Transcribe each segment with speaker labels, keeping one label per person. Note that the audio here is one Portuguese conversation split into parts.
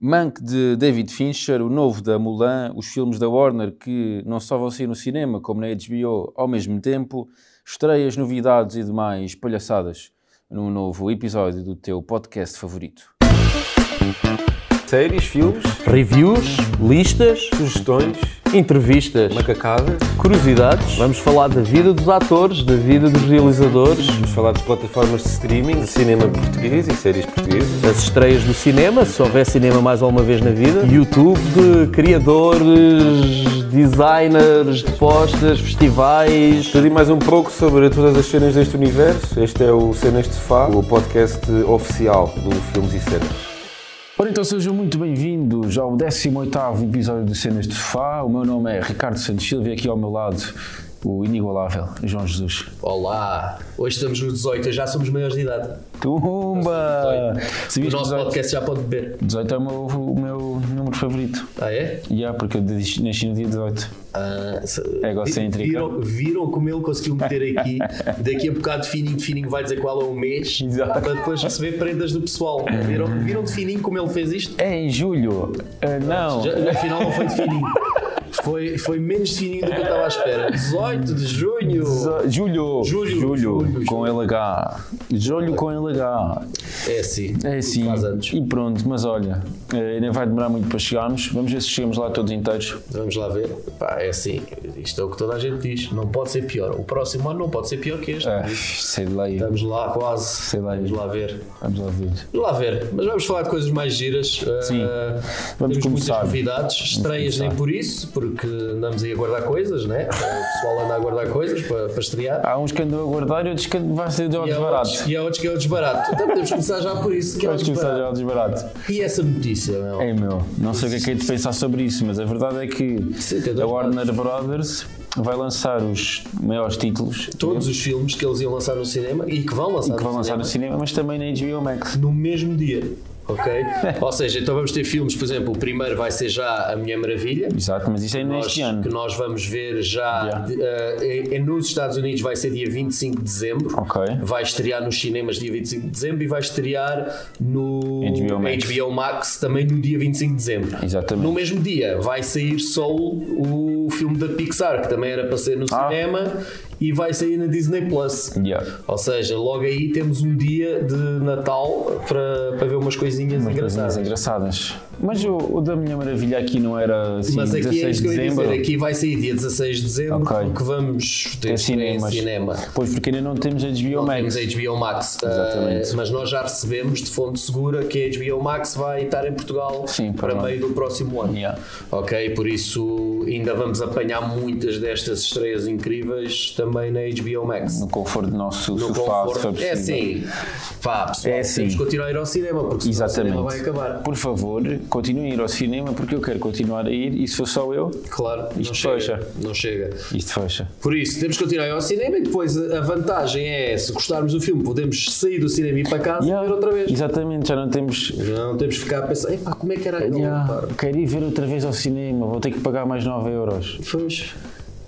Speaker 1: Mank de David Fincher, o novo da Mulan, os filmes da Warner que não só vão sair no cinema, como na HBO ao mesmo tempo, estreias, novidades e demais palhaçadas num novo episódio do teu podcast favorito.
Speaker 2: Séries, filmes,
Speaker 3: Reviews, listas,
Speaker 2: sugestões,
Speaker 3: entrevistas,
Speaker 2: macacadas.
Speaker 3: curiosidades. Vamos falar da vida dos atores, da vida dos realizadores,
Speaker 2: Vamos falar de plataformas de streaming, de cinema português e séries portuguesas.
Speaker 3: das estreias do cinema, se houver cinema mais alguma vez na vida. YouTube, criadores, designers de postas, festivais.
Speaker 2: Tudo e mais um pouco sobre todas as cenas deste universo. Este é o Cenas de Sofá, o podcast oficial do Filmes e Cenas.
Speaker 1: Ora então sejam muito bem-vindos ao 18º episódio de Cenas de Sofá. O meu nome é Ricardo Santos Silva e aqui ao meu lado o inigualável João Jesus.
Speaker 4: Olá! Hoje estamos nos 18, já somos maiores de idade.
Speaker 1: Tumba!
Speaker 4: O
Speaker 1: Sabias que
Speaker 4: nosso
Speaker 1: 18,
Speaker 4: podcast já pode beber.
Speaker 1: 18 é o meu, o meu número favorito.
Speaker 4: Ah, é?
Speaker 1: E yeah, porque eu des- nasci no dia 18.
Speaker 4: Ah, se-
Speaker 1: É egocêntrico.
Speaker 4: Viram, viram como ele conseguiu meter aqui? Daqui a bocado, de fininho, de fininho, vai dizer qual é o mês.
Speaker 1: Exato.
Speaker 4: Para depois receber prendas do pessoal. Viram, viram de fininho como ele fez isto?
Speaker 1: É em julho! Ah, não!
Speaker 4: Já, afinal, não foi de fininho. Foi, foi menos de fininho do que eu estava à espera. 18 de junho!
Speaker 1: Zo- Julho,
Speaker 4: Julho,
Speaker 1: julho
Speaker 4: julho,
Speaker 1: com LH, julho com LH,
Speaker 4: É assim.
Speaker 1: é assim.
Speaker 4: Faz anos.
Speaker 1: E pronto, mas olha, eh, nem vai demorar muito para chegarmos. Vamos ver se chegamos lá todos inteiros.
Speaker 4: Vamos lá ver. Pá, é assim. Isto é o que toda a gente diz. Não pode ser pior. O próximo ano não pode ser pior que este.
Speaker 1: Ah, sei de lá, eu.
Speaker 4: Estamos lá quase.
Speaker 1: Sei lá.
Speaker 4: Vamos lá ver.
Speaker 1: vamos lá ver.
Speaker 4: Vamos lá ver. Mas vamos falar de coisas mais giras.
Speaker 1: Sim.
Speaker 4: Ah,
Speaker 1: Vamos
Speaker 4: temos
Speaker 1: começar.
Speaker 4: muitas novidades. Estreias nem por isso, porque andamos aí a guardar coisas, né? O pessoal anda a guardar coisas para, para estrear.
Speaker 1: Há uns que andam a guardar e outros que vai ser de ao
Speaker 4: E há,
Speaker 1: um desbarato.
Speaker 4: outros, e há outros que é o desbarato. Então podemos começar já por isso. Que é o
Speaker 1: Acho que isso é de
Speaker 4: desbarato.
Speaker 1: ao desbarato.
Speaker 4: E essa notícia, meu?
Speaker 1: Ei meu, não sei o que é que é de pensar sobre isso, mas a verdade é que
Speaker 4: Sim, tem dois
Speaker 1: a Warner Brothers vai lançar os maiores títulos
Speaker 4: Todos os filmes que eles iam lançar no cinema e que vão lançar,
Speaker 1: que vão
Speaker 4: no,
Speaker 1: lançar no
Speaker 4: cinema,
Speaker 1: cinema, mas também na HBO Max.
Speaker 4: no mesmo dia. Ok? Ou seja, então vamos ter filmes, por exemplo, o primeiro vai ser já A Mulher Maravilha.
Speaker 1: Exato, mas isso é
Speaker 4: nós-
Speaker 1: neste ano.
Speaker 4: que nós vamos ver já
Speaker 1: Yeah.
Speaker 4: de- eh, eh, nos Estados Unidos vai ser dia 25 de dezembro
Speaker 1: Ok.
Speaker 4: vai estrear nos cinemas dia 25 de dezembro e vai estrear no
Speaker 1: HBO Max.
Speaker 4: HBO Max também no dia 25 de dezembro
Speaker 1: Exatamente.
Speaker 4: no mesmo dia vai sair Soul o filme da Pixar que também era para ser no
Speaker 1: Ah.
Speaker 4: cinema e vai sair na Disney Plus
Speaker 1: Yeah.
Speaker 4: ou seja, logo aí temos um dia de Natal para, para ver umas coisinhas engraçadas
Speaker 1: Coisinhas engraçadas. Mas o, o da Minha Maravilha aqui não era assim,
Speaker 4: Mas aqui é
Speaker 1: 16 de
Speaker 4: isto que eu ia
Speaker 1: dezembro.
Speaker 4: dizer, aqui vai sair dia 16 de dezembro,
Speaker 1: Ok.
Speaker 4: porque vamos ter
Speaker 1: Tem
Speaker 4: estreia em
Speaker 1: cinemas.
Speaker 4: cinema.
Speaker 1: Pois porque ainda não temos a HBO Max.
Speaker 4: Temos a HBO Max,
Speaker 1: Exatamente.
Speaker 4: eh, mas nós já recebemos de fonte segura que a HBO Max vai estar em Portugal
Speaker 1: Sim, para
Speaker 4: para
Speaker 1: lá.
Speaker 4: meio do próximo ano.
Speaker 1: Yeah.
Speaker 4: Ok, por isso ainda vamos apanhar muitas destas estreias incríveis também na HBO Max.
Speaker 1: No conforto do nosso
Speaker 4: No
Speaker 1: sofá, se for
Speaker 4: conforto. É
Speaker 1: possível.
Speaker 4: assim, pá, pessoal,
Speaker 1: É assim.
Speaker 4: temos que continuar a ir ao cinema, porque senão o cinema vai
Speaker 1: Exatamente.
Speaker 4: acabar.
Speaker 1: Por favor, continuem a ir ao cinema porque eu quero continuar a ir e se for só eu,
Speaker 4: Claro,
Speaker 1: Isto
Speaker 4: não chega.
Speaker 1: fecha.
Speaker 4: Não chega.
Speaker 1: isto fecha.
Speaker 4: Por isso, temos que continuar ao cinema e depois a vantagem é, se gostarmos do filme, podemos sair do cinema e ir para casa
Speaker 1: Yeah,
Speaker 4: e ver outra vez.
Speaker 1: Exatamente, já não temos.
Speaker 4: Já não temos que ficar a pensar, epá, como é que era aquele
Speaker 1: Yeah,
Speaker 4: par?"
Speaker 1: quero ir ver outra vez ao cinema, vou ter que pagar mais 9 euros.
Speaker 4: Pois.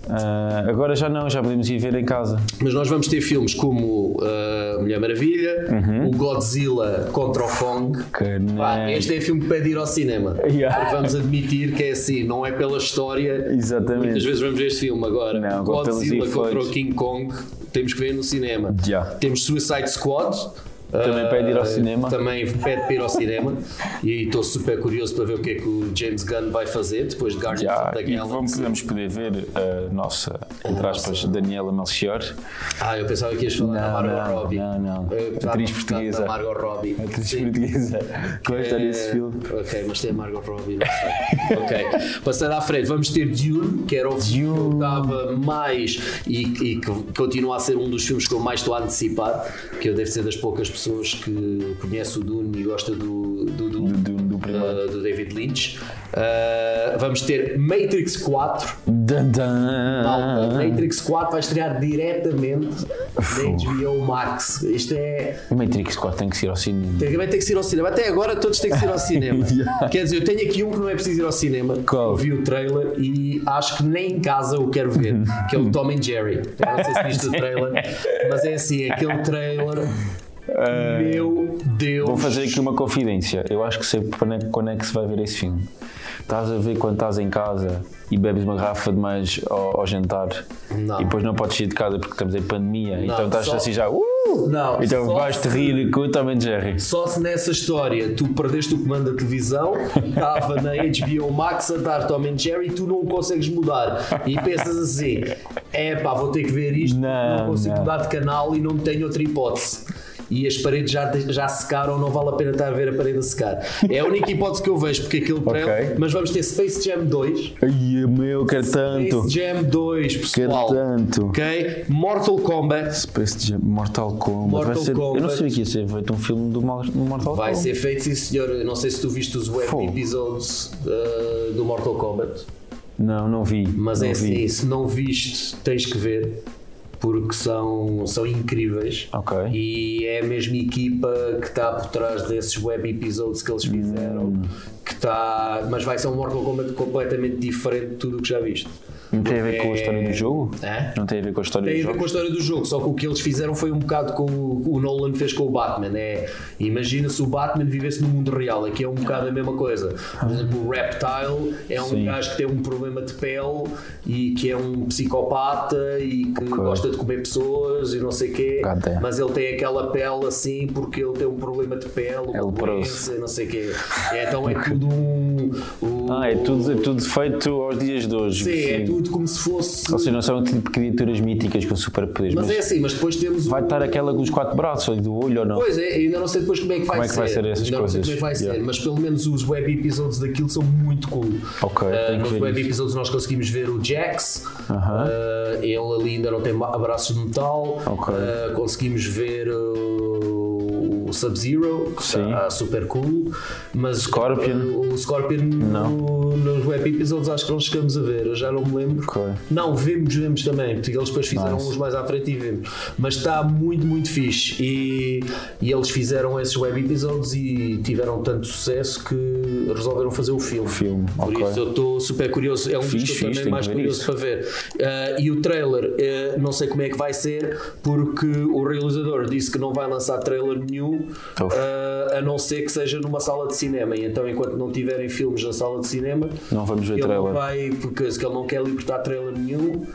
Speaker 1: Ah, agora já não, já podemos ir ver em casa.
Speaker 4: Mas nós vamos ter filmes como uh, Mulher Maravilha,
Speaker 1: Uhum.
Speaker 4: o Godzilla contra o Kong. Pá,
Speaker 1: Carne-
Speaker 4: este é filme que pede ir ao cinema.
Speaker 1: Yeah.
Speaker 4: Porque vamos admitir que é assim, não é pela história.
Speaker 1: Exatamente.
Speaker 4: Muitas vezes vamos ver este filme agora.
Speaker 1: Não, agora pelos
Speaker 4: Godzilla contra
Speaker 1: efeitos.
Speaker 4: o King Kong, temos que ver no cinema.
Speaker 1: Yeah.
Speaker 4: Temos Suicide Squad.
Speaker 1: Também
Speaker 4: ah,
Speaker 1: pede ir ao cinema.
Speaker 4: Também pede para ir ao cinema. E estou super curioso para ver o que é que o James Gunn vai fazer depois de Guardians
Speaker 1: Já,
Speaker 4: of the
Speaker 1: e
Speaker 4: Galaxy.
Speaker 1: vamos, podemos poder ver a nossa, entre aspas, Daniela Melchior,
Speaker 4: Ah, eu pensava que ias falar da
Speaker 1: Não,
Speaker 4: Margot
Speaker 1: não,
Speaker 4: Robbie.
Speaker 1: não, não.
Speaker 4: Eu pensava
Speaker 1: Atriz
Speaker 4: que ias falar
Speaker 1: portuguesa.
Speaker 4: Da Margot Robbie.
Speaker 1: atriz
Speaker 4: Sim.
Speaker 1: portuguesa, que vai estar nesse
Speaker 4: É,
Speaker 1: filme.
Speaker 4: Ok, mas tem a Margot Robbie. não sei. ok, passando à frente, vamos ter Dune, que era o filme que eu
Speaker 1: Dune.
Speaker 4: estava mais e, e que continua a ser um dos filmes que eu mais estou a antecipar. Que eu devo ser das poucas pessoas que conhece o Dune e gosta do, do Dune.
Speaker 1: Do, do, do primeiro.
Speaker 4: uh, do David Lynch, Uh, vamos ter Matrix 4,
Speaker 1: Dan,
Speaker 4: Ah. Malta,
Speaker 1: dan.
Speaker 4: Matrix 4 vai estrear diretamente na HBO Max. Isto é.
Speaker 1: Matrix 4 tem que ser ao cinema.
Speaker 4: Tem, vai ter que ser ao cinema. Até agora todos têm que ser ao cinema.
Speaker 1: Yeah.
Speaker 4: Quer dizer, eu tenho aqui um que não é preciso ir ao cinema.
Speaker 1: Qual?
Speaker 4: Eu vi o trailer e acho que nem em casa o quero ver, que é o Tom and Jerry. Eu não sei se viste o trailer, mas é assim, aquele trailer. Meu Deus!
Speaker 1: Ah. Vou fazer aqui uma confidência. Eu acho que sei quando é, quando é que se vai ver esse filme. Estás a ver quando estás em casa e bebes uma garrafa de mais ao, ao jantar
Speaker 4: Não.
Speaker 1: e depois não podes sair de casa porque estamos em pandemia. então estás
Speaker 4: só-
Speaker 1: assim já. Uh!
Speaker 4: Não,
Speaker 1: então
Speaker 4: só-
Speaker 1: vais-te rir com o Tom and Jerry.
Speaker 4: Só se nessa história tu perdeste o comando da televisão, estava na HBO Max a dar Tom and Jerry e tu não o consegues mudar. E pensas assim: é pá, vou ter que ver isto, porque não,
Speaker 1: Não,
Speaker 4: consigo
Speaker 1: não.
Speaker 4: mudar de canal e não tenho outra hipótese. E as paredes já, já secaram, não vale a pena estar a ver a parede a secar. É a única hipótese que eu vejo, porque aquilo prende. Mas vamos ter Space Jam 2.
Speaker 1: Ai, meu, quero tanto.
Speaker 4: Space Jam 2,
Speaker 1: Quero
Speaker 4: pessoal.
Speaker 1: tanto.
Speaker 4: Ok? Mortal Kombat
Speaker 1: Space Jam, Mortal Kombat.
Speaker 4: Mortal
Speaker 1: vai ser, Eu não
Speaker 4: Kombat.
Speaker 1: sabia que ia ser feito um filme do Mal- do Mortal
Speaker 4: vai
Speaker 1: Kombat.
Speaker 4: ser feito, sim senhor. Eu Não sei se tu viste os web
Speaker 1: Fogo.
Speaker 4: episodes uh, do Mortal Kombat.
Speaker 1: Não, não vi.
Speaker 4: Mas
Speaker 1: não
Speaker 4: é
Speaker 1: vi.
Speaker 4: assim, se não viste, tens que ver, porque são, são incríveis.
Speaker 1: Ok.
Speaker 4: E é a mesma equipa que está por trás desses web episodes que eles
Speaker 1: Hum.
Speaker 4: fizeram. Que está, mas vai ser um Mortal Kombat completamente diferente de tudo o que já viste.
Speaker 1: Não tem a ver com a história do jogo?
Speaker 4: É?
Speaker 1: Não tem a ver com a história
Speaker 4: Tem
Speaker 1: do
Speaker 4: a ver
Speaker 1: jogo?
Speaker 4: com a história do jogo, só que o que eles fizeram foi um bocado com o, o Nolan fez com o Batman. É, imagina se o Batman vivesse no mundo real, aqui é um bocado a mesma coisa. Por exemplo, o Reptile é um gajo que tem um problema de pele e que é um psicopata e que gosta de comer pessoas e não sei o quê,
Speaker 1: God damn.
Speaker 4: mas ele tem aquela pele assim porque ele tem um problema de pele, uma
Speaker 1: É leproso.
Speaker 4: doença, não sei o quê. É, então é tudo um. um-
Speaker 1: Ah, é tudo, é tudo feito aos dias de hoje.
Speaker 4: Sim, é tudo como se fosse.
Speaker 1: Ou seja, não são tipo criaturas míticas com superpoderes, mas,
Speaker 4: mas é assim, mas depois temos
Speaker 1: vai
Speaker 4: o-
Speaker 1: estar aquela com os quatro braços ou do olho ou não?
Speaker 4: Pois é, ainda não sei depois como é que vai
Speaker 1: Como é que
Speaker 4: ser.
Speaker 1: vai ser essas
Speaker 4: ainda não sei
Speaker 1: coisas?
Speaker 4: como é que vai ser,
Speaker 1: Yeah.
Speaker 4: mas pelo menos os web episodes daquilo são muito cool.
Speaker 1: Ok,
Speaker 4: Ah,
Speaker 1: tenho que
Speaker 4: nos
Speaker 1: ver
Speaker 4: web
Speaker 1: isso.
Speaker 4: episodes nós conseguimos ver o Jax,
Speaker 1: Aham.
Speaker 4: ah, ele ali ainda não tem ma- braços de metal,
Speaker 1: Ok.
Speaker 4: Ah, conseguimos ver uh, o Sub-Zero, que
Speaker 1: Sim.
Speaker 4: está super cool, mas
Speaker 1: Scorpion?
Speaker 4: o Scorpion no- nos web episodes acho que não chegamos a ver, eu já não me lembro.
Speaker 1: Ok.
Speaker 4: Não, vemos, vemos também, porque eles depois fizeram uns mais à frente e vemos. Mas está muito, muito fixe. E, e eles fizeram esses web episodes e tiveram tanto sucesso que resolveram fazer o filme.
Speaker 1: filme,
Speaker 4: Por
Speaker 1: ok.
Speaker 4: isso eu estou super curioso. É um dos que eu
Speaker 1: Fixe,
Speaker 4: também
Speaker 1: fixe,
Speaker 4: mais
Speaker 1: tenho que ver
Speaker 4: curioso
Speaker 1: isso.
Speaker 4: para ver. Ah, e o trailer, eh, não sei como é que vai ser, porque o realizador disse que não vai lançar trailer nenhum,
Speaker 1: Então.
Speaker 4: ah, a não ser que seja numa sala de cinema. E então, enquanto não tiverem filmes na sala de cinema,
Speaker 1: Não vamos ver
Speaker 4: ele
Speaker 1: trailer.
Speaker 4: não vai, porque que ele não quer libertar trailer nenhum,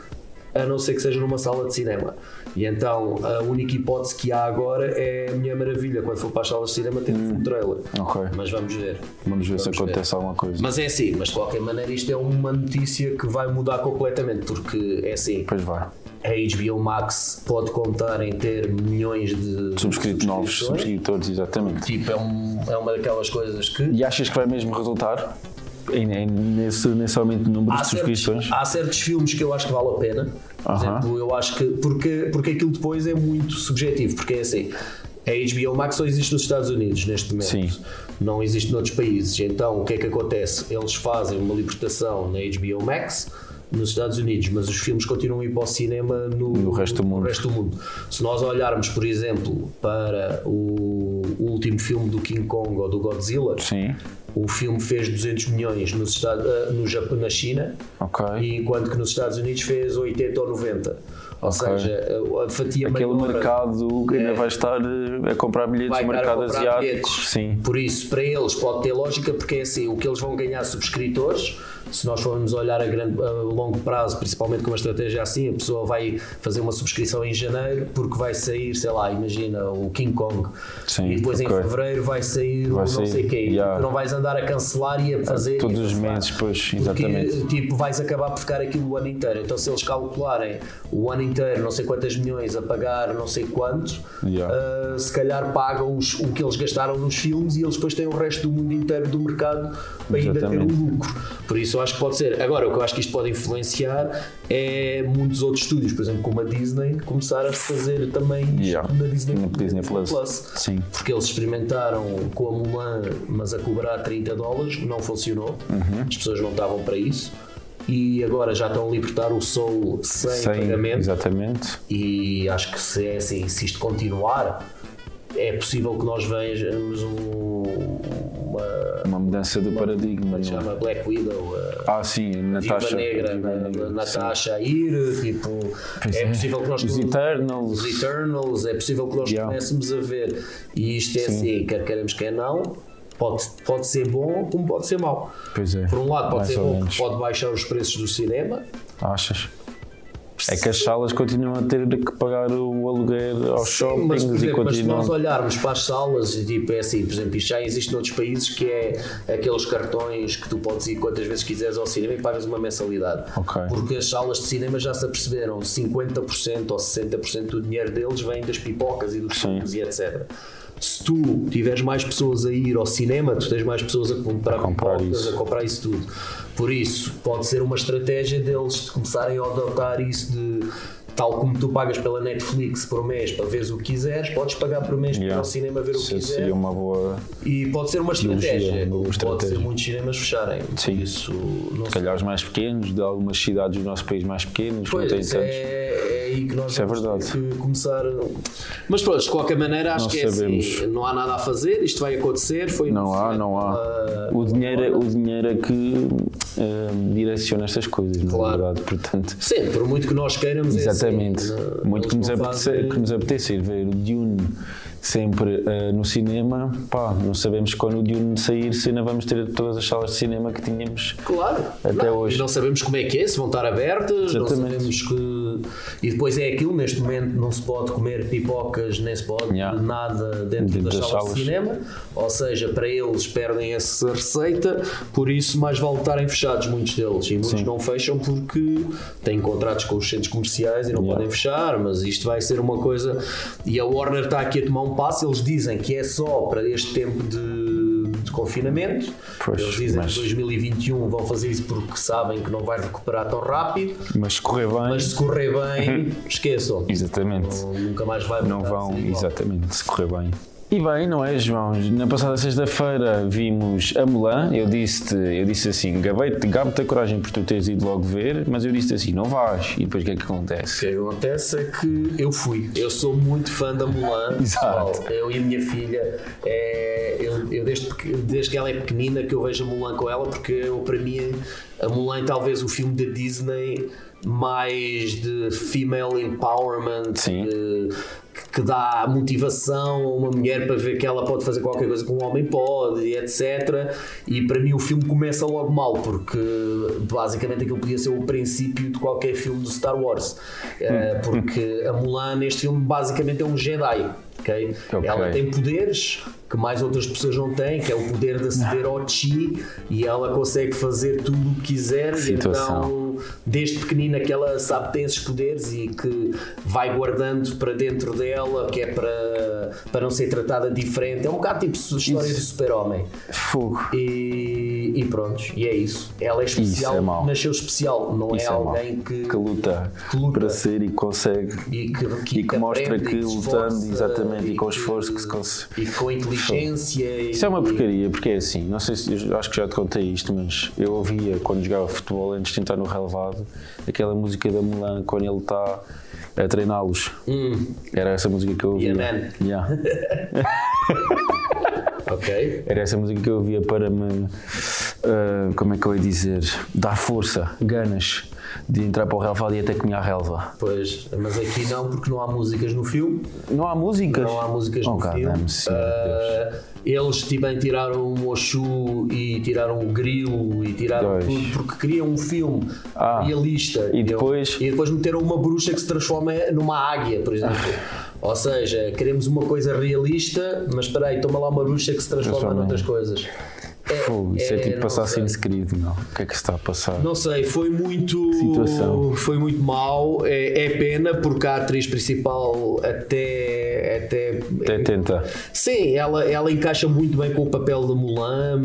Speaker 4: a não ser que seja numa sala de cinema. E então, a única hipótese que há agora é a Mulher Maravilha, quando for para as salas de cinema, ter um trailer.
Speaker 1: Hum. Ok.
Speaker 4: Mas vamos ver.
Speaker 1: Vamos ver se
Speaker 4: Vamos ver.
Speaker 1: acontece alguma coisa.
Speaker 4: Mas é assim, mas de qualquer maneira isto é uma notícia que vai mudar completamente, porque é assim,
Speaker 1: Depois vai.
Speaker 4: a HBO Max pode contar em ter milhões de
Speaker 1: Subscrito novos,
Speaker 4: subscrições.
Speaker 1: subscritores, exatamente.
Speaker 4: Tipo, é, um- é uma daquelas coisas que
Speaker 1: E achas que vai mesmo resultar em, em- nesse, nesse aumento de número
Speaker 4: há
Speaker 1: de subscrições?
Speaker 4: certos, há certos filmes que eu acho que vale a pena. Por
Speaker 1: Aham.
Speaker 4: exemplo, eu acho que. Porque, porque aquilo depois é muito subjetivo, porque é assim. A HBO Max só existe nos Estados Unidos neste momento,
Speaker 1: Sim.
Speaker 4: não existe noutros países. Então o que é que acontece? Eles fazem uma libertação na HBO Max nos Estados Unidos, mas os filmes continuam a ir para o cinema no,
Speaker 1: No resto do mundo.
Speaker 4: no resto do mundo. Se nós olharmos, por exemplo, para o, o último filme do King Kong ou do Godzilla,
Speaker 1: Sim.
Speaker 4: o filme fez 200 milhões nos Estados, ah, no Japão, na China,
Speaker 1: Ok.
Speaker 4: e enquanto que nos Estados Unidos fez 80 ou 90. Ou seja, eh, a- a fatia
Speaker 1: Aquele
Speaker 4: maior
Speaker 1: mercado que ainda vai estar eh, a comprar bilhetes
Speaker 4: É. vai
Speaker 1: do
Speaker 4: estar a
Speaker 1: mercado
Speaker 4: comprar
Speaker 1: asiático.
Speaker 4: bilhetes.
Speaker 1: Sim.
Speaker 4: Por isso, para eles pode ter lógica, porque é assim, o que eles vão ganhar subscritores, se nós formos olhar a, grande, a longo prazo, principalmente com uma estratégia assim, a pessoa vai fazer uma subscrição em janeiro porque vai sair, sei lá, imagina, o King Kong.
Speaker 1: Sim,
Speaker 4: e depois
Speaker 1: ok.
Speaker 4: em fevereiro vai sair o
Speaker 1: Vai
Speaker 4: não sei
Speaker 1: sair,
Speaker 4: quem.
Speaker 1: yeah.
Speaker 4: Tu não vais andar a cancelar e a fazer.
Speaker 1: Todos
Speaker 4: e a
Speaker 1: os
Speaker 4: cancelar.
Speaker 1: meses, pois,
Speaker 4: Porque,
Speaker 1: exatamente.
Speaker 4: tipo, vais acabar por ficar aquilo o ano inteiro. Então, se eles calcularem o ano inteiro, não sei quantas milhões a pagar, não sei quanto,
Speaker 1: Yeah.
Speaker 4: ah, se calhar pagam os- o que eles gastaram nos filmes e eles depois têm o resto do mundo inteiro do mercado para ainda ter um
Speaker 1: Exatamente.
Speaker 4: lucro. Por isso, eu acho que pode ser. Agora, o que eu acho que isto pode influenciar é muitos outros estúdios, por exemplo, como a Disney, começar a fazer também isto
Speaker 1: Yeah.
Speaker 4: na Disney,
Speaker 1: No Disney Plus. Sim.
Speaker 4: porque eles experimentaram com a Mulan, mas a cobrar 30 dólares, não funcionou, as pessoas não estavam para isso, e agora já estão a libertar o Soul sem,
Speaker 1: Sem,
Speaker 4: pagamento,
Speaker 1: exatamente.
Speaker 4: e acho que se é assim, se isto continuar, é possível que nós vejamos um- uma.
Speaker 1: Uma mudança de paradigma.
Speaker 4: Como se
Speaker 1: não é?
Speaker 4: chama? Black Widow. a-
Speaker 1: Ah, sim,
Speaker 4: Viva
Speaker 1: Natasha.
Speaker 4: Negra,
Speaker 1: Viúva
Speaker 4: na-
Speaker 1: Negra,
Speaker 4: na-
Speaker 1: sim.
Speaker 4: Natasha a ir, tipo, é, possível que nós
Speaker 1: Os Eternals.
Speaker 4: Os Eternals, é possível que nós
Speaker 1: Yeah.
Speaker 4: comecemos a ver. E isto é assim, quer queremos, quer não, pode, pode ser bom como pode ser mau.
Speaker 1: Pois é.
Speaker 4: Por um lado pode
Speaker 1: Mais
Speaker 4: ser
Speaker 1: ou
Speaker 4: bom,
Speaker 1: menos.
Speaker 4: que pode baixar os preços do cinema,
Speaker 1: Achas? É que as salas continuam a ter que pagar o aluguer aos shoppings
Speaker 4: mas, por
Speaker 1: e
Speaker 4: exemplo, mas se
Speaker 1: continuam.
Speaker 4: nós olharmos para as salas, e, tipo, é assim, por exemplo, isto já existe noutros países que é aqueles cartões que tu podes ir quantas vezes quiseres ao cinema e pagas uma mensalidade.
Speaker 1: Ok.
Speaker 4: Porque as salas de cinema já se aperceberam, 50% ou 60% do dinheiro deles vem das pipocas e dos filmes e etc. Se tu tiveres mais pessoas a ir ao cinema, tu tens mais pessoas a comprar,
Speaker 1: comprar
Speaker 4: pipocas,
Speaker 1: isso.
Speaker 4: a comprar isso tudo. Por isso, pode ser uma estratégia deles de começarem a adotar isso de tal como tu pagas pela Netflix por mês para veres o que quiseres, podes pagar por mês para ir
Speaker 1: Yeah.
Speaker 4: ao cinema ver o que
Speaker 1: Isso
Speaker 4: quiseres.
Speaker 1: seria uma boa.
Speaker 4: E pode ser uma
Speaker 1: Trilogia,
Speaker 4: estratégia.
Speaker 1: é uma boa
Speaker 4: Pode ser
Speaker 1: estratégia.
Speaker 4: muitos cinemas fecharem.
Speaker 1: Sim.
Speaker 4: Isso não
Speaker 1: Se
Speaker 4: sei.
Speaker 1: calhar os mais pequenos, de algumas cidades do nosso país mais pequenos,
Speaker 4: Pois,
Speaker 1: não tem
Speaker 4: isso
Speaker 1: tantos.
Speaker 4: é, é aí que nós
Speaker 1: Isso é
Speaker 4: vamos
Speaker 1: verdade.
Speaker 4: ter que começar. Mas pronto, de qualquer maneira, acho
Speaker 1: Não
Speaker 4: que é
Speaker 1: sabemos.
Speaker 4: assim. Não há nada a fazer, isto vai acontecer. Foi
Speaker 1: Não há,
Speaker 4: anunciado
Speaker 1: não há.
Speaker 4: pela-
Speaker 1: O dinheiro, é- o dinheiro é que eh, direciona estas coisas, na
Speaker 4: Claro.
Speaker 1: verdade, portanto.
Speaker 4: Sim, por muito que nós queiramos. é assim,
Speaker 1: Exatamente.
Speaker 4: não-
Speaker 1: Muito que
Speaker 4: eles
Speaker 1: nos,
Speaker 4: não
Speaker 1: apetece,
Speaker 4: fazem-
Speaker 1: que nos apetece ir ver o Dune sempre eh, no cinema. Pá, não sabemos quando o Dune sair, se ainda vamos ter todas as salas de cinema que tínhamos.
Speaker 4: Claro.
Speaker 1: Até
Speaker 4: não,
Speaker 1: hoje.
Speaker 4: E não sabemos como é que é, se vão estar abertas, não
Speaker 1: Exatamente.
Speaker 4: sabemos que. E depois é aquilo, neste momento não se pode comer pipocas, nem se pode
Speaker 1: Yeah.
Speaker 4: nada dentro,
Speaker 1: Dentro
Speaker 4: das,
Speaker 1: das
Speaker 4: salas de
Speaker 1: salas.
Speaker 4: cinema. Ou seja, para eles perdem essa receita, por isso mais vale estarem fechados muitos deles. E muitos não fecham porque têm contratos com os centros comerciais e não podem fechar, mas isto vai ser uma coisa. E a Warner está aqui a tomar um passo, eles dizem que é só para este tempo de, de confinamento.
Speaker 1: Pois,
Speaker 4: eles dizem
Speaker 1: mas-
Speaker 4: que 2021 vão fazer isso porque sabem que não vai recuperar tão rápido,
Speaker 1: Mas se correr bem.
Speaker 4: mas se correr bem, esqueçam.
Speaker 1: Exatamente.
Speaker 4: Não- Nunca mais vai
Speaker 1: Uhum. Não
Speaker 4: voltar a
Speaker 1: vão,
Speaker 4: ser Tá, igual.
Speaker 1: exatamente, se correr bem. E bem, não é, João? Na passada sexta-feira vimos a Mulan. Eu disse-te, eu disse assim, gabei-te, gabo-te a coragem por tu teres ido logo ver, mas eu disse-te assim, não vais. E depois o que é que
Speaker 4: O
Speaker 1: acontece?
Speaker 4: que acontece é que eu fui. Eu sou muito fã da Mulan.
Speaker 1: Exato.
Speaker 4: pessoal. Eu e a minha filha, é, eu, eu desde, pequ- desde que ela é pequenina que eu vejo a Mulan com ela, porque eu, para mim a Mulan é talvez o filme da Disney mais de female empowerment.
Speaker 1: Sim.
Speaker 4: de- que dá motivação a uma mulher para ver que ela pode fazer qualquer coisa que um homem pode, e etc. E para mim o filme começa logo mal, porque basicamente aquilo podia ser o princípio de qualquer filme do Star Wars.
Speaker 1: Hum.
Speaker 4: Eh, porque a Mulan neste filme basicamente é um Jedi. ok?
Speaker 1: Ok.
Speaker 4: Ela tem poderes que mais outras pessoas não têm, que é o poder de aceder ao chi e ela consegue fazer tudo o que quiser e
Speaker 1: Situação.
Speaker 4: então desde pequenina que ela sabe que tem esses poderes e que vai guardando para dentro dela, que é para, para não ser tratada diferente. É um bocado tipo su- história do super-homem.
Speaker 1: Fogo.
Speaker 4: E, e pronto, e é isso. Ela é especial,
Speaker 1: Isso é mau.
Speaker 4: nasceu especial, não é,
Speaker 1: Isso é mau.
Speaker 4: alguém que,
Speaker 1: Que luta,
Speaker 4: Que luta.
Speaker 1: para ser e consegue.
Speaker 4: e que,
Speaker 1: E que mostra
Speaker 4: aprende
Speaker 1: que
Speaker 4: e se
Speaker 1: lutando,
Speaker 4: esforça
Speaker 1: exatamente, e com
Speaker 4: que-
Speaker 1: esforço que se consegue.
Speaker 4: E com inteligência.
Speaker 1: Isso é uma
Speaker 4: e-
Speaker 1: porcaria, porque é assim, não sei se eu acho que já te contei isto, mas eu ouvia quando jogava futebol antes de entrar no relevado aquela música da Mulan quando ele está a treiná-los.
Speaker 4: Hum.
Speaker 1: Era essa música que eu ouvia.
Speaker 4: Yeah, man.
Speaker 1: Yeah.
Speaker 4: Ok.
Speaker 1: Era essa música que eu ouvia para me. ah, como é que eu ia dizer? Dar força, ganas de entrar para o relevado e até comer a relva.
Speaker 4: Pois, mas aqui não, porque não há músicas no filme.
Speaker 1: Não há músicas?
Speaker 4: Não há músicas
Speaker 1: Oh,
Speaker 4: no
Speaker 1: God
Speaker 4: filme.
Speaker 1: damn, Senhor Deus.
Speaker 4: Ah, eles também tiraram o Oshu e tiraram o Grilo e tiraram
Speaker 1: Dois.
Speaker 4: tudo porque queriam um filme
Speaker 1: Ah,
Speaker 4: realista.
Speaker 1: e
Speaker 4: entendeu?
Speaker 1: depois-
Speaker 4: E depois meteram uma bruxa que se transforma numa águia, por exemplo.
Speaker 1: Ah.
Speaker 4: Ou seja, queremos uma coisa realista, mas espera aí, toma lá uma bruxa que se transforma
Speaker 1: Transforma em-
Speaker 4: noutras coisas.
Speaker 1: Fogo, isso é, tipo
Speaker 4: não
Speaker 1: passar
Speaker 4: sei.
Speaker 1: Assassin's Creed, não. O que é que se está a passar?
Speaker 4: Não sei, foi muito.
Speaker 1: situação.
Speaker 4: Foi muito mal. É, é pena porque a atriz principal até. até,
Speaker 1: Até tenta.
Speaker 4: Sim, ela, ela encaixa muito bem com o papel de Mulan.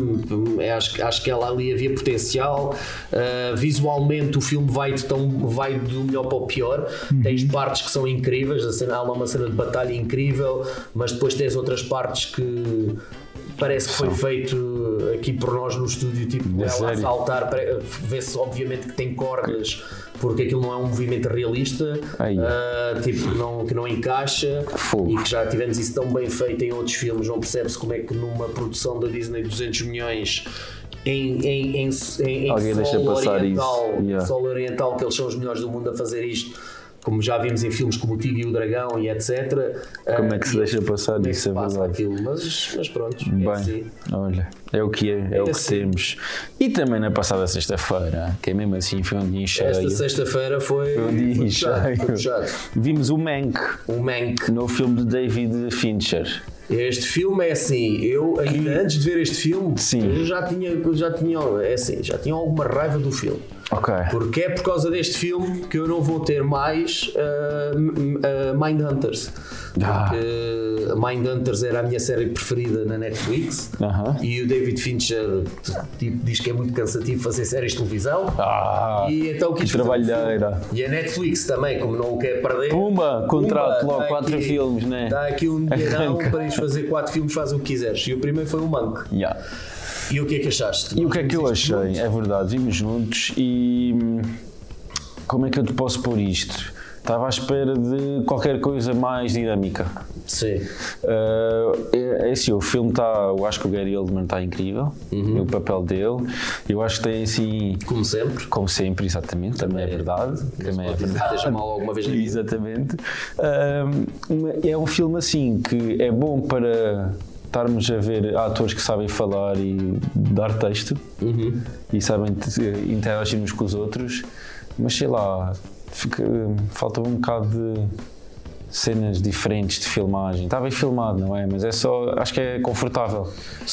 Speaker 4: Eu Acho, que- acho que ela ali havia potencial. Uh, visualmente, o filme vai, de tão, vai do melhor para o pior. Tens partes que são incríveis. A cena, há lá uma cena de batalha incrível, mas depois tens outras partes que. parece que foi feito aqui por nós no estúdio, tipo, ela a saltar, pre- vê-se obviamente que tem cordas, porque aquilo não é um movimento realista,
Speaker 1: Ai.
Speaker 4: ah, tipo, que não, que não encaixa,
Speaker 1: Fogo.
Speaker 4: e que já tivemos isso tão bem feito em outros filmes, não percebe-se como é que numa produção da Disney de 200 milhões... Em, em, em, em, em
Speaker 1: Alguém deixa
Speaker 4: solo
Speaker 1: passar
Speaker 4: oriental,
Speaker 1: isso, yeah.
Speaker 4: solo oriental, que eles são os melhores do mundo a fazer isto, como já vimos em filmes como O Tigre e o Dragão e etc.
Speaker 1: Como
Speaker 4: ah,
Speaker 1: é que se
Speaker 4: e-
Speaker 1: deixa passar
Speaker 4: como é que
Speaker 1: isso,
Speaker 4: se
Speaker 1: é
Speaker 4: passa
Speaker 1: verdade.
Speaker 4: aquilo, mas, mas pronto, é assim.
Speaker 1: Bem, olha, é o que é, é, o que
Speaker 4: assim.
Speaker 1: temos. E também na passada sexta-feira, que é mesmo assim, foi um dia em
Speaker 4: Esta
Speaker 1: cheio.
Speaker 4: sexta-feira foi,
Speaker 1: um dia
Speaker 4: foi puxado, foi
Speaker 1: cheio.
Speaker 4: puxado.
Speaker 1: Vimos o Mank,
Speaker 4: Um Mank.
Speaker 1: o novo filme de David Fincher.
Speaker 4: Este filme é assim, eu ainda antes de ver este filme,
Speaker 1: Sim.
Speaker 4: eu já tinha, eu já tinha, é assim, já tinha alguma raiva do filme.
Speaker 1: Ok.
Speaker 4: Porque é por causa deste filme que eu não vou ter mais ah, m- ah, Mindhunters.
Speaker 1: Ah.
Speaker 4: Porque Mindhunters era a minha série preferida na Netflix
Speaker 1: Aham.
Speaker 4: e o David Fincher t- tipo, diz que é muito cansativo fazer séries de televisão.
Speaker 1: Ah,
Speaker 4: E então quis
Speaker 1: que
Speaker 4: fazer um
Speaker 1: trabalheira.
Speaker 4: filme. E a Netflix também, como não o quer perder.
Speaker 1: Puma, contrato
Speaker 4: Pumba,
Speaker 1: logo,
Speaker 4: dá
Speaker 1: quatro
Speaker 4: aqui-
Speaker 1: filmes, né?
Speaker 4: Dá aqui um dinheirão
Speaker 1: Arranca.
Speaker 4: para ires fazer quatro filmes, faz o que quiseres. E o primeiro foi o Manco.
Speaker 1: Yeah.
Speaker 4: E o que é que achaste?
Speaker 1: E o que é que eu achei? É verdade, vimos juntos e hum, como é que eu te posso pôr isto? Estava à espera de qualquer coisa mais dinâmica.
Speaker 4: Sim.
Speaker 1: Uh, é, é assim, o filme está. Eu acho que o Gary Oldman está incrível,
Speaker 4: Uhum.
Speaker 1: o papel dele. Eu acho que tem assim,
Speaker 4: Como sempre.
Speaker 1: como sempre, exatamente, também é verdade. Também é
Speaker 4: Pode
Speaker 1: verdade.
Speaker 4: dizer que esteja mal alguma vez na vida.
Speaker 1: Exatamente. Um, uma- é um filme assim que é bom para estarmos a ver atores que sabem falar e dar texto
Speaker 4: Uhum.
Speaker 1: e sabem eh, interagir uns com os outros, mas sei lá, fica- falta um bocado de cenas diferentes de filmagem. Está bem filmado, não é? Mas é só, acho que é confortável.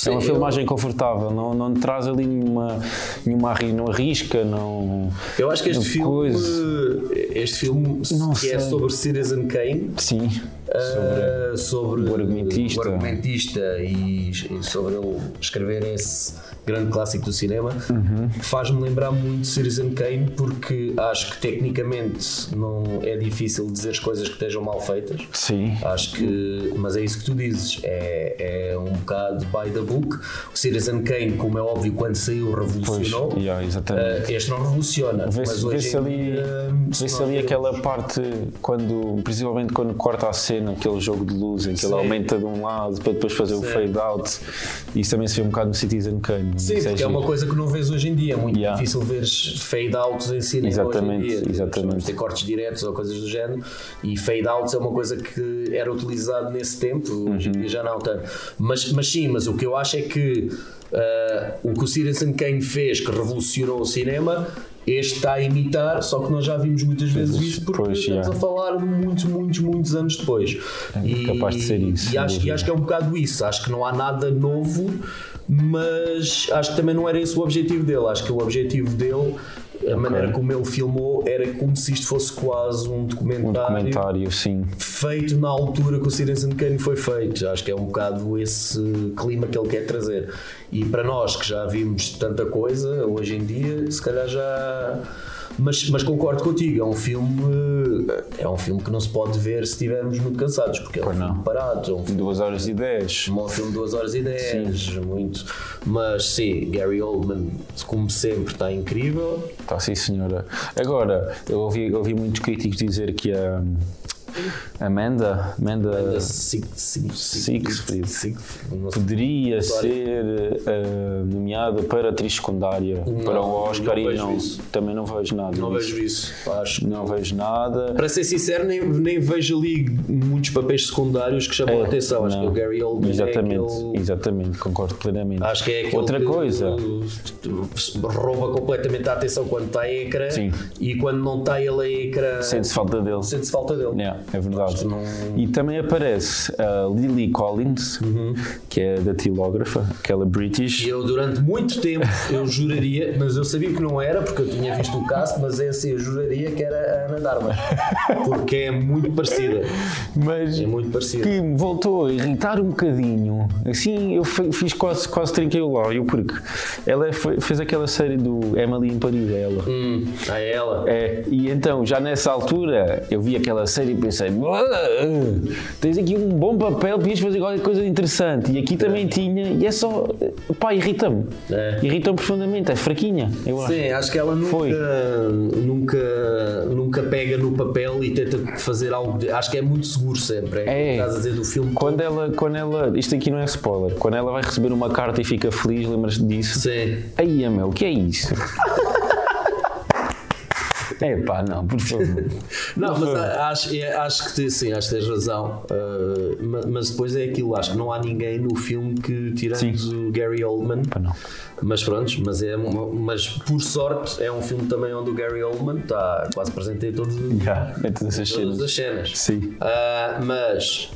Speaker 1: é uma
Speaker 4: eu-
Speaker 1: filmagem confortável, não, não traz ali nenhuma, nenhuma arri- não arrisca, não.
Speaker 4: Eu acho que este filme,
Speaker 1: coisa.
Speaker 4: este filme
Speaker 1: Não
Speaker 4: que
Speaker 1: sei.
Speaker 4: é sobre Citizen Kane,
Speaker 1: Sim. Sobre-
Speaker 4: ah, sobre
Speaker 1: o argumentista.
Speaker 4: o argumentista e, e sobre ele escrever esse grande clássico do cinema,
Speaker 1: Uhum.
Speaker 4: faz-me lembrar muito Citizen Kane, porque acho que tecnicamente não é difícil dizer as coisas que estejam mal feitas.
Speaker 1: Sim.
Speaker 4: Acho que, mas é isso que tu dizes, é, é um bocado by the book. O Citizen Kane, como é óbvio, quando saiu,
Speaker 1: Pois,
Speaker 4: revolucionou.
Speaker 1: yeah, exatamente.
Speaker 4: Uh, este não revoluciona. mas
Speaker 1: Vê-se
Speaker 4: hoje
Speaker 1: vê-se
Speaker 4: em
Speaker 1: ali,
Speaker 4: dia, se
Speaker 1: vê-se
Speaker 4: não
Speaker 1: ali
Speaker 4: vir-
Speaker 1: aquela parte, quando, principalmente quando corta a cena, aquele jogo de luz em que ele
Speaker 4: Sim.
Speaker 1: aumenta de um lado para depois fazer
Speaker 4: Sim.
Speaker 1: o fade out. Isso também se vê um bocado no Citizen Kane.
Speaker 4: Sim,
Speaker 1: Isso
Speaker 4: porque é
Speaker 1: giro.
Speaker 4: uma coisa que não vês hoje em dia. É muito
Speaker 1: Yeah.
Speaker 4: difícil veres fade-outs em cinema
Speaker 1: Exatamente,
Speaker 4: hoje em dia.
Speaker 1: exatamente.
Speaker 4: Vamos ter cortes diretos ou coisas do género. E fade-outs é uma coisa que era utilizado nesse tempo. Hoje em
Speaker 1: Uhum.
Speaker 4: dia já não tanto. Mas, mas sim, mas o que eu acho é que ah, o que o Citizen Kane fez, que revolucionou o cinema... Este está a imitar, só que nós já vimos muitas vezes isso porque
Speaker 1: pois,
Speaker 4: estamos
Speaker 1: yeah. É
Speaker 4: a falar muitos, muitos, muitos anos depois. e,
Speaker 1: capaz de ser isso,
Speaker 4: E acho, e
Speaker 1: sem
Speaker 4: acho que é um bocado isso. Acho que não há nada novo, mas acho que também não era esse o objetivo dele. Acho que o objetivo dele, a maneira como ele filmou, era como se isto fosse quase um documentário,
Speaker 1: Um documentário, sim.
Speaker 4: feito na altura que o Citizen Kane foi feito. Acho que é um bocado esse clima que ele quer trazer. E para nós que já vimos tanta coisa hoje em dia, se calhar já. Mas, mas concordo contigo, é um filme é um filme que não se pode ver se estivermos muito cansados, porque é um
Speaker 1: Pois não.
Speaker 4: filme parado, é um filme
Speaker 1: 2 horas e 10.
Speaker 4: um filme de 2 horas e 10, muito. Mas sim, Gary Oldman, como sempre, está incrível.
Speaker 1: Tá, sim, senhora. Agora, eu ouvi, eu ouvi muitos críticos dizer que a hum, Amanda, Amanda
Speaker 4: Sig- Sig- Sig-
Speaker 1: Siegfried.
Speaker 4: Sig- não sei.
Speaker 1: poderia
Speaker 4: Vitória.
Speaker 1: ser eh, nomeada para atriz secundária para o Oscar
Speaker 4: não
Speaker 1: e
Speaker 4: vejo
Speaker 1: não,
Speaker 4: isso.
Speaker 1: também não vejo nada.
Speaker 4: Não
Speaker 1: disso.
Speaker 4: vejo isso. Pá, acho-
Speaker 1: Não vejo nada.
Speaker 4: Para ser sincero, nem, nem vejo ali muitos papéis secundários que chamam a atenção. Acho que
Speaker 1: É, Não.
Speaker 4: o Gary Oldman
Speaker 1: Exatamente,
Speaker 4: é aquele-
Speaker 1: exatamente, concordo plenamente.
Speaker 4: Acho que é aquele
Speaker 1: Outra
Speaker 4: que,
Speaker 1: coisa,
Speaker 4: uh, rouba completamente a atenção quando está em ecrã
Speaker 1: Sim.
Speaker 4: e quando não está ele é em ecrã
Speaker 1: sente-se falta dele.
Speaker 4: sente-se falta dele.
Speaker 1: Yeah, é verdade.
Speaker 4: que não- Uhum.
Speaker 1: E também aparece a Lily Collins, que é datilógrafa, aquela British.
Speaker 4: E eu durante muito tempo eu juraria, mas eu sabia que não era porque eu tinha visto o caso, mas é assim, eu juraria que era a Ana Darmas. Porque é muito parecida.
Speaker 1: Mas
Speaker 4: É muito parecida.
Speaker 1: que me voltou a irritar um bocadinho. Assim, eu fe- fiz quase, quase trinquei o lábio, porque ela é- fe- fez aquela série do Emily em Paris, é ela.
Speaker 4: Hum, a ela.
Speaker 1: É, e então, já nessa altura, eu vi aquela série e pensei, pensei, "Buah, tens aqui um bom papel, podias fazer qualquer coisa interessante. E aqui também tinha, e é só, pá, irrita-me.
Speaker 4: É.
Speaker 1: Irrita-me profundamente, é fraquinha, eu acho.
Speaker 4: Sim, acho que ela
Speaker 1: Foi.
Speaker 4: nunca, nunca, nunca pega no papel e tenta fazer algo. de- Acho que é muito seguro sempre. É,
Speaker 1: É.
Speaker 4: estás a dizer do filme.
Speaker 1: Quando ela, quando ela, isto aqui não é spoiler, quando ela vai receber uma carta e fica feliz, lembras-te disso?
Speaker 4: Sim.
Speaker 1: Aí, meu, o que é isso? Epá, não, por favor.
Speaker 4: Não,
Speaker 1: Uhum.
Speaker 4: mas a- acho, é, acho que te- sim, acho que tens razão. Uh, ma- mas depois é aquilo, acho que não há ninguém no filme que tirando o Gary Oldman.
Speaker 1: não.
Speaker 4: Mas pronto, mas, é, uma- mas por sorte é um filme também onde o Gary Oldman está quase presente em todos os.
Speaker 1: Já, é todas essas
Speaker 4: Todas as
Speaker 1: cenas.
Speaker 4: cenas.
Speaker 1: Sim.
Speaker 4: Ah, mas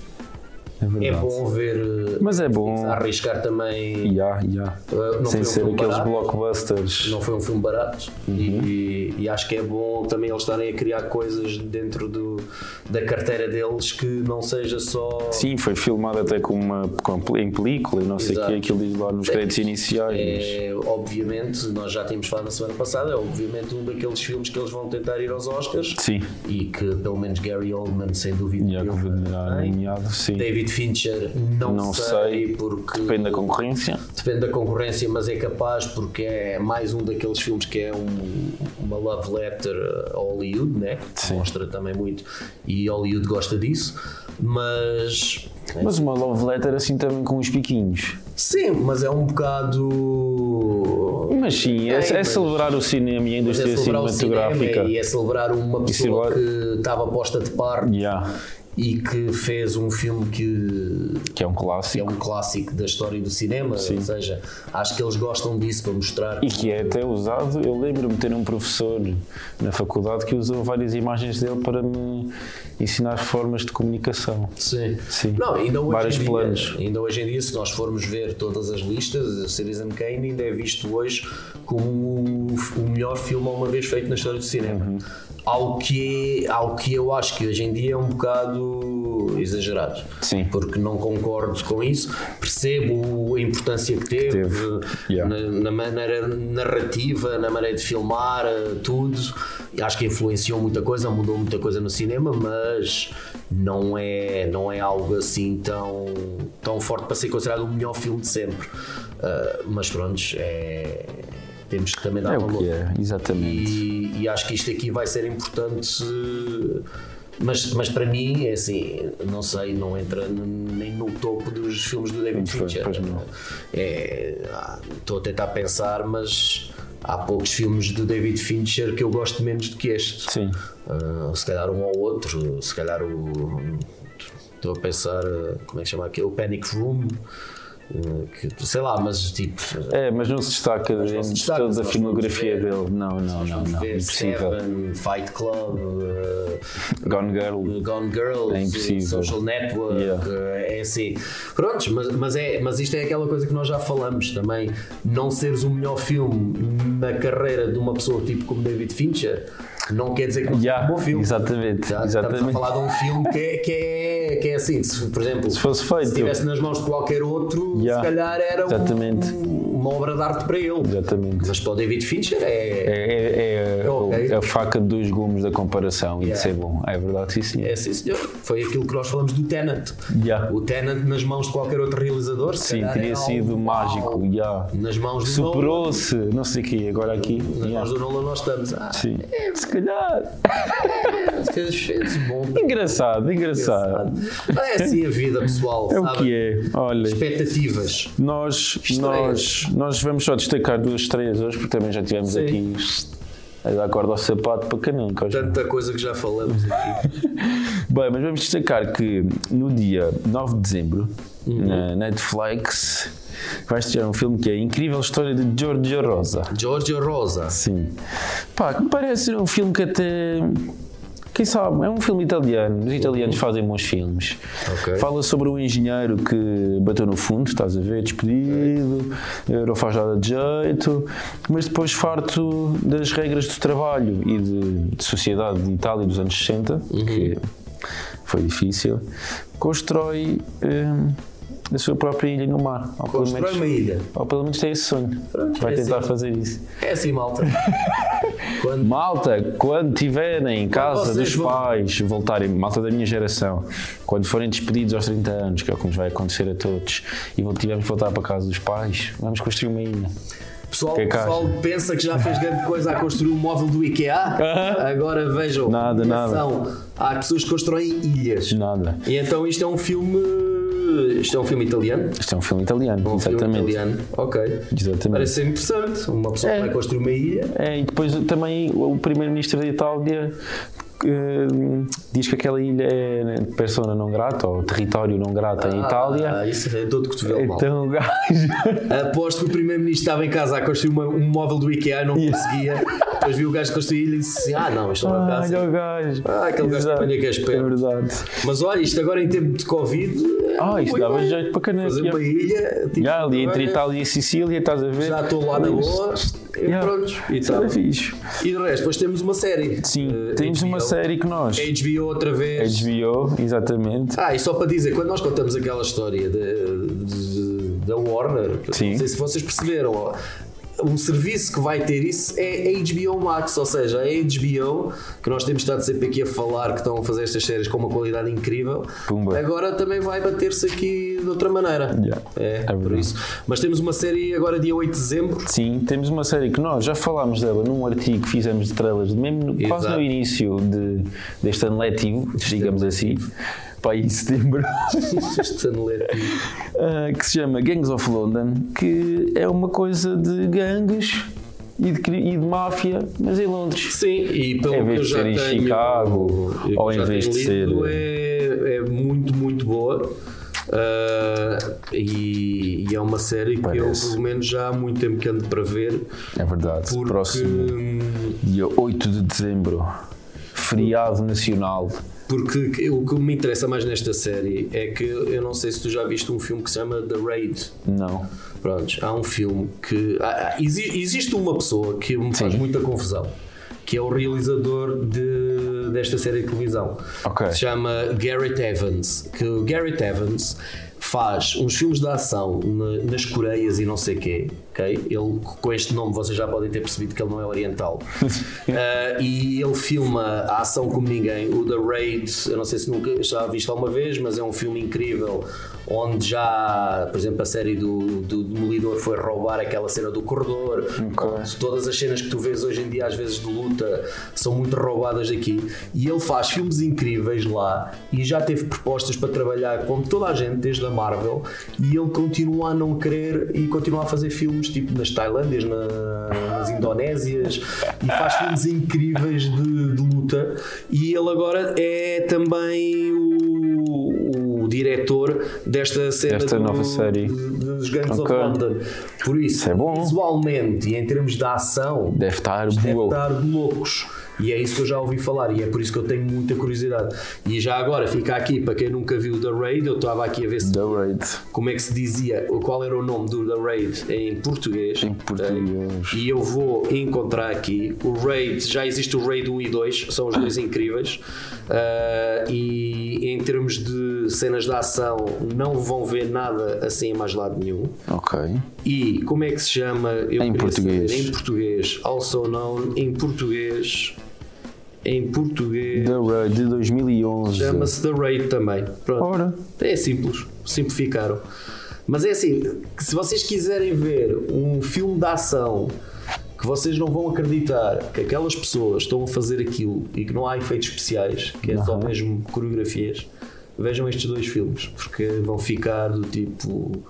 Speaker 1: É
Speaker 4: é
Speaker 1: verdade.
Speaker 4: bom ver. uh,
Speaker 1: Mas é bom.
Speaker 4: a arriscar também.
Speaker 1: Ya, ya.
Speaker 4: Uh, não foi um
Speaker 1: Sem ser
Speaker 4: filme
Speaker 1: aqueles
Speaker 4: barato.
Speaker 1: blockbusters.
Speaker 4: Não foi um filme barato
Speaker 1: Uhum.
Speaker 4: e, e acho que é bom também eles estarem a criar coisas dentro do, da carteira deles que não seja só.
Speaker 1: Sim, foi filmado até com uma, com, em película e não sei o
Speaker 4: Exato.
Speaker 1: que, aquilo diz lá nos créditos iniciais. mas-
Speaker 4: É, obviamente, nós já tínhamos falado na semana passada, é obviamente um daqueles filmes que eles vão tentar ir aos Oscars
Speaker 1: Sim,
Speaker 4: e que pelo menos Gary Oldman, sem dúvida,
Speaker 1: já que
Speaker 4: nenhuma,
Speaker 1: o Venderá
Speaker 4: tem.
Speaker 1: nomeado, sim.
Speaker 4: David Fincher, não,
Speaker 1: Não
Speaker 4: sei,
Speaker 1: sei.
Speaker 4: porque
Speaker 1: Depende da concorrência.
Speaker 4: Depende da concorrência, mas é capaz porque é mais um daqueles filmes que é um- uma love letter a Hollywood, né? Que
Speaker 1: Sim.
Speaker 4: mostra também muito e Hollywood gosta disso, mas
Speaker 1: Mas uma love letter assim também com uns piquinhos.
Speaker 4: sim, mas é um bocado
Speaker 1: Mas sim, é,
Speaker 4: É,
Speaker 1: é
Speaker 4: mas-
Speaker 1: celebrar o cinema e a
Speaker 4: mas
Speaker 1: indústria
Speaker 4: é celebrar o
Speaker 1: cinematográfica.
Speaker 4: cinema e é celebrar uma pessoa
Speaker 1: celebrar-
Speaker 4: que estava posta de par
Speaker 1: Ya,
Speaker 4: e que fez um filme que
Speaker 1: Que é um
Speaker 4: que é
Speaker 1: clássico.
Speaker 4: um clássico da história do cinema, ou seja, acho que eles gostam disso para mostrar
Speaker 1: E que é até usado, eu lembro-me de ter um professor na faculdade que usou várias imagens dele para me ensinar formas de
Speaker 4: É
Speaker 1: comunicação.
Speaker 4: Sim.
Speaker 1: Sim.
Speaker 4: Não, ainda hoje
Speaker 1: Vários
Speaker 4: em dia,
Speaker 1: planos.
Speaker 4: Ainda hoje em dia, se nós formos ver todas as listas, a Citizen Kane ainda é visto hoje como o, f- o melhor filme alguma vez feito na história do cinema.
Speaker 1: Uhum.
Speaker 4: Ao, que, é- ao que eu acho que hoje em dia é um bocado exagerado.
Speaker 1: Sim.
Speaker 4: Porque não concordo com isso. Percebo a importância que teve,
Speaker 1: teve. Yeah.
Speaker 4: na- na maneira narrativa, na maneira de filmar, eh, tudo. E Acho que influenciou muita coisa, mudou muita coisa no cinema, mas não é, não é algo assim tão, tão forte para ser considerado o melhor filme de sempre. Ah, mas pronto, é, temos que também dar
Speaker 1: É o
Speaker 4: valor.
Speaker 1: que é, exatamente.
Speaker 4: E, e acho que isto aqui vai ser importante. eh, Mas, mas para mim, é assim, não sei, não entra n- nem no topo dos filmes do David
Speaker 1: Pois,
Speaker 4: Fincher.
Speaker 1: pois não.
Speaker 4: É, ah, Estou a tentar pensar, mas há poucos filmes do David Fincher que eu gosto menos do que este.
Speaker 1: Sim.
Speaker 4: Ah, se calhar um ou outro, se calhar o. Estou a pensar, ah, como é que chama aquele? O Panic Room. ah, que- sei lá, mas tipo.
Speaker 1: É, mas não se destaca
Speaker 4: não se
Speaker 1: de
Speaker 4: destaca,
Speaker 1: toda a
Speaker 4: nós vamos
Speaker 1: filmografia
Speaker 4: ver. né?
Speaker 1: dele. Não, não, não, não.
Speaker 4: ver
Speaker 1: Impossível.
Speaker 4: Seven, Fight Club. ah,
Speaker 1: Gone Girl.
Speaker 4: Gone Girls, eh,
Speaker 1: É impossível.
Speaker 4: Social Network,
Speaker 1: Yeah.
Speaker 4: eh, é assim. Prontos, mas, mas, é, mas isto é aquela coisa que nós já falamos também. Não seres o melhor filme na carreira de uma pessoa tipo como David Fincher não quer dizer que não seja
Speaker 1: Yeah,
Speaker 4: um bom filme.
Speaker 1: exatamente,
Speaker 4: Já Estamos a
Speaker 1: exatamente.
Speaker 4: falar de um filme que é, que é, que é assim. Se, por exemplo,
Speaker 1: Se fosse feito.
Speaker 4: estivesse nas mãos de qualquer outro,
Speaker 1: Yeah,
Speaker 4: se calhar era um-
Speaker 1: exatamente.
Speaker 4: uma obra de arte para ele.
Speaker 1: Exatamente.
Speaker 4: Mas para o David Fincher é,
Speaker 1: É, é- é
Speaker 4: Ok.
Speaker 1: a faca de dois gumes da comparação e de
Speaker 4: Yeah.
Speaker 1: ser bom. É verdade, sim, sim.
Speaker 4: É sim, senhor. Foi aquilo que nós falamos do Tenant.
Speaker 1: Yeah.
Speaker 4: O Tenant nas mãos de qualquer outro realizador. se
Speaker 1: Sim,
Speaker 4: calhar
Speaker 1: teria
Speaker 4: era
Speaker 1: sido
Speaker 4: algo
Speaker 1: mágico.
Speaker 4: mau.
Speaker 1: yeah.
Speaker 4: Nas mãos do Nolan.
Speaker 1: Superou-se, não sei o quê, agora aqui.
Speaker 4: Nas
Speaker 1: yeah.
Speaker 4: mãos do Nolan nós estamos. Ah,
Speaker 1: Sim. É, Se calhar.
Speaker 4: fez, fez bom.
Speaker 1: Engraçado, engraçado.
Speaker 4: Ah, é assim a vida pessoal,
Speaker 1: É o
Speaker 4: sabe?
Speaker 1: que é. Olha,
Speaker 4: Expectativas.
Speaker 1: nós,
Speaker 4: Estreias.
Speaker 1: nós, nós vamos só destacar duas estreias hoje, porque também já tivemos
Speaker 4: Sim.
Speaker 1: aqui a dar corda ao sapato para cananca. hoje.
Speaker 4: Tanta coisa que já falamos aqui.
Speaker 1: Bem, mas vamos destacar que no dia 9 de dezembro, na Netflix, vai estrear um filme que é a incrível história de Giorgio Rosa.
Speaker 4: Giorgio Rosa.
Speaker 1: Sim. Pá, que me parece ser um filme que até. Quem sabe? É um filme italiano. Os italianos fazem bons filmes.
Speaker 4: Ok.
Speaker 1: Fala sobre um engenheiro que bateu no fundo, estás a ver? Despedido, eh, não faz nada de jeito, mas depois farto das regras do trabalho e de, de sociedade de Itália dos anos
Speaker 4: Uhum.
Speaker 1: 60, que foi difícil, constrói. eh, da sua própria ilha no mar. Ou pelo,
Speaker 4: Constrói uma
Speaker 1: menos,
Speaker 4: ilha.
Speaker 1: ou pelo menos tem esse sonho.
Speaker 4: Pronto,
Speaker 1: Vai
Speaker 4: é
Speaker 1: tentar
Speaker 4: assim.
Speaker 1: fazer isso.
Speaker 4: É assim, malta. Quando
Speaker 1: Malta, quando tiverem em casa
Speaker 4: Vocês
Speaker 1: dos
Speaker 4: vão-
Speaker 1: pais, voltarem, malta da minha geração, quando forem despedidos aos 30 anos, que é o que nos vai acontecer a todos, e vão- tivermos que voltar para a casa dos pais, vamos construir uma ilha.
Speaker 4: o pessoal,
Speaker 1: que é
Speaker 4: o
Speaker 1: que
Speaker 4: pessoal pensa que já fez grande coisa a construir um móvel do IKEA, agora vejam.
Speaker 1: Nada, nada.
Speaker 4: atenção, Há pessoas que constroem ilhas.
Speaker 1: Nada.
Speaker 4: E então isto é um filme. Isto é um filme italiano.
Speaker 1: Isto é um filme italiano,
Speaker 4: Um filme
Speaker 1: exatamente.
Speaker 4: italiano. Ok.
Speaker 1: Exatamente.
Speaker 4: Parece ser interessante. Uma pessoa
Speaker 1: É.
Speaker 4: que vai construir uma ilha.
Speaker 1: É, e depois também o primeiro-ministro da Itália eh, diz que aquela ilha é persona não grata, ou território não grata em Itália.
Speaker 4: Ah, isso é dor de cotovelo, mal.
Speaker 1: Então o gajo.
Speaker 4: Aposto que o primeiro-ministro estava em casa a construir uma- um móvel do IKEA e não conseguia. Depois viu o gajo construir a ilha e disse: Ah, não, isto não vai ficar assim.
Speaker 1: Olha o gajo.
Speaker 4: Ah, aquele gajo de
Speaker 1: Exato.
Speaker 4: apanha que é
Speaker 1: É
Speaker 4: esperto.
Speaker 1: verdade.
Speaker 4: Mas olha, isto agora em tempo de Covid.
Speaker 1: Ah, isto
Speaker 4: foi
Speaker 1: dava
Speaker 4: bem.
Speaker 1: jeito para caneco.
Speaker 4: Fazer um uma ilha. Tipo,
Speaker 1: Já ali entre
Speaker 4: olha,
Speaker 1: Itália e Sicília, estás a ver?
Speaker 4: Já estou lá na
Speaker 1: Mas-
Speaker 4: boa.
Speaker 1: Já.
Speaker 4: Prontos. E
Speaker 1: Isso
Speaker 4: tal.
Speaker 1: era fixe.
Speaker 4: E de resto, depois temos uma série.
Speaker 1: Sim,
Speaker 4: Eh,
Speaker 1: temos uma
Speaker 4: HBO.
Speaker 1: série que nós
Speaker 4: HBO outra vez.
Speaker 1: desviou, exatamente.
Speaker 4: Ah, e só para dizer, quando nós contamos aquela história de- de- da Warner,
Speaker 1: Sim.
Speaker 4: não sei se vocês perceberam, ó, um serviço que vai ter isso é a HBO Max, ou seja, a HBO, que nós temos estado sempre aqui a falar que estão a fazer estas séries com uma qualidade incrível,
Speaker 1: Pumba.
Speaker 4: agora também vai bater-se aqui de outra maneira.
Speaker 1: Yeah.
Speaker 4: É,
Speaker 1: É
Speaker 4: por
Speaker 1: verdade.
Speaker 4: isso. Mas temos uma série agora dia 8 de dezembro.
Speaker 1: Sim, temos uma série que nós já falámos dela num artigo que fizemos de trailers, mesmo no- quase
Speaker 4: Exato.
Speaker 1: no início de, deste ano letivo, digamos assim, para aí setembro.
Speaker 4: Este ano letivo.
Speaker 1: Uh, que se chama Gangs of London, que é uma coisa de gangues e de, cri- e de máfia, mas em Londres.
Speaker 4: Sim, e pelo
Speaker 1: Em vez
Speaker 4: que
Speaker 1: de
Speaker 4: eu já
Speaker 1: ser em
Speaker 4: tenho,
Speaker 1: Chicago,
Speaker 4: eu
Speaker 1: ou
Speaker 4: já
Speaker 1: em vez
Speaker 4: tenho
Speaker 1: de
Speaker 4: lido,
Speaker 1: ser-
Speaker 4: É, é muito, muito boa. Ah, e, e é uma série que eu,
Speaker 1: Parece.
Speaker 4: pelo menos, já há muito tempo que ando para ver.
Speaker 1: É verdade.
Speaker 4: Porque.
Speaker 1: Próximo dia 8 de dezembro, feriado nacional.
Speaker 4: Porque o que me interessa mais nesta série é que eu não sei se tu já viste um filme que se chama The Raid.
Speaker 1: Não.
Speaker 4: Prontos, há um filme que. há- há- exi- existe uma pessoa que me faz muita confusão, que é o realizador de- desta série de televisão.
Speaker 1: Ok.
Speaker 4: Que se chama Garrett Evans. Que o Garrett Evans faz uns filmes de ação na- nas Coreias e não sei quê. ok? Ele, com este nome, vocês já podem ter percebido que ele não é oriental. Ah, e ele filma a ação como ninguém. O The Raid, eu não sei se nunca já viste alguma vez, mas é um filme incrível onde já, por exemplo, a série do, do Demolidor foi roubar aquela cena do corredor. Todas as cenas que tu vês hoje em dia, às vezes de luta, são muito roubadas aqui. E ele faz filmes incríveis lá e já teve propostas para trabalhar como toda a gente, desde a Marvel. E ele continua a não querer e continua a fazer filmes tipo nas Tailândias, na- nas Indonésias e faz filmes incríveis de, de luta. E ele agora é também o, o diretor desta cena
Speaker 1: Desta
Speaker 4: do-
Speaker 1: nova série.
Speaker 4: dos Gangs
Speaker 1: Ok.
Speaker 4: of London. Por isso,
Speaker 1: Isso é bom.
Speaker 4: visualmente e em termos de ação,
Speaker 1: Deve estar
Speaker 4: deve
Speaker 1: boa.
Speaker 4: estar loucos. E é isso que eu já ouvi falar e é por isso que eu tenho muita curiosidade. E já agora fica aqui para quem nunca viu The Raid, eu estava aqui a ver se
Speaker 1: The Raid.
Speaker 4: como é que se dizia, qual era o nome do The Raid em português. Eh,
Speaker 1: Em português.
Speaker 4: E eu vou encontrar aqui o Raid, já existe o Raid 1 e 2, são os dois incríveis. Ah, e em termos de cenas de ação, não vão ver nada assim em mais lado nenhum.
Speaker 1: Ok.
Speaker 4: E como é que se chama? Eu
Speaker 1: Em
Speaker 4: queria
Speaker 1: português.
Speaker 4: saber, em português. Also known em português. Em português.
Speaker 1: The Raid de 2011.
Speaker 4: Chama-se The Raid também. Pronto.
Speaker 1: Ora.
Speaker 4: É simples, simplificaram. Mas é assim, que se vocês quiserem ver um filme de ação que vocês não vão acreditar que aquelas pessoas estão a fazer aquilo e que não há efeitos especiais, que é só mesmo coreografias, vejam estes dois filmes, porque vão ficar do tipo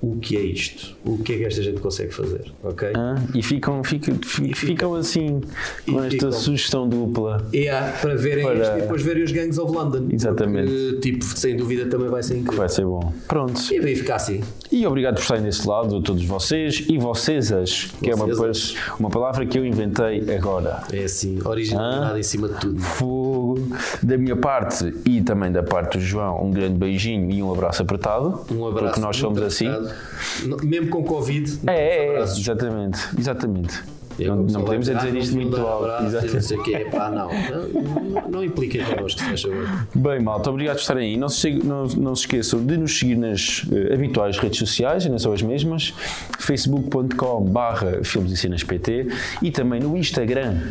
Speaker 4: o que é isto? O que é que esta gente consegue fazer? Ok?
Speaker 1: Hã? E ficam, fica- fi- ficam assim,
Speaker 4: E
Speaker 1: com esta
Speaker 4: ficam.
Speaker 1: sugestão dupla.
Speaker 4: Yeah, para verem
Speaker 1: Para-
Speaker 4: isto e depois verem os Gangs of London.
Speaker 1: Exatamente.
Speaker 4: Porque, tipo, sem dúvida também vai ser incrível.
Speaker 1: Vai ser bom. Pronto.
Speaker 4: E vai ficar assim.
Speaker 1: E obrigado por estarem desse lado, a todos vocês e vocêsas, que é uma,
Speaker 4: Vocêsas.
Speaker 1: pa- uma palavra que eu inventei agora.
Speaker 4: É assim, originalidade em cima de tudo.
Speaker 1: Fogo. Da minha parte e também da parte do João, um grande beijinho e um abraço apertado.
Speaker 4: Um abraço.
Speaker 1: Porque nós
Speaker 4: muito
Speaker 1: somos assim.
Speaker 4: apertado. Não- Mesmo com Covid,
Speaker 1: É, é, é,
Speaker 4: abraços.
Speaker 1: exatamente, exatamente.
Speaker 4: E agora
Speaker 1: Não-
Speaker 4: o pessoal
Speaker 1: não podemos
Speaker 4: vai
Speaker 1: é dizer
Speaker 4: pegar
Speaker 1: isto
Speaker 4: num
Speaker 1: muito
Speaker 4: filme de
Speaker 1: alto,
Speaker 4: abraço e
Speaker 1: exato.
Speaker 4: Não sei o quê, pá, não. Não, não, não impliquem connosco, se faz favor.
Speaker 1: Bem, malta, obrigado por estarem aí. Não se, chegue- não- não se esqueçam de nos seguir nas eh, habituais redes sociais, e não são as mesmas, facebook.com.br filmes e cenas PT e também no Instagram,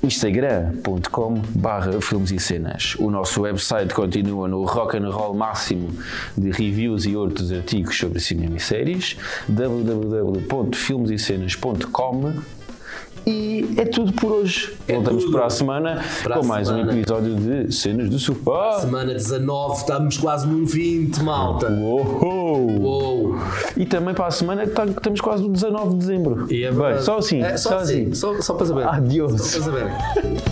Speaker 1: instagram.com.br filmes e cenas. O nosso website continua no rock and roll máximo de reviews e outros artigos sobre cinema e séries, www.filmesecenas.com e é tudo por hoje. Voltamos
Speaker 4: tudo.
Speaker 1: para a semana
Speaker 4: Para a
Speaker 1: com mais
Speaker 4: semana.
Speaker 1: um episódio episódio de Cenas do Ah, Sofá.
Speaker 4: Semana 19, estamos quase num 20, malta.
Speaker 1: Uou!
Speaker 4: Uou.
Speaker 1: E também para a semana que tá- que estamos quase no 19 de dezembro.
Speaker 4: E é
Speaker 1: Bem,
Speaker 4: verdade.
Speaker 1: só assim.
Speaker 4: É, só, assim. Só, só para saber.
Speaker 1: Adiós.
Speaker 4: Só para saber.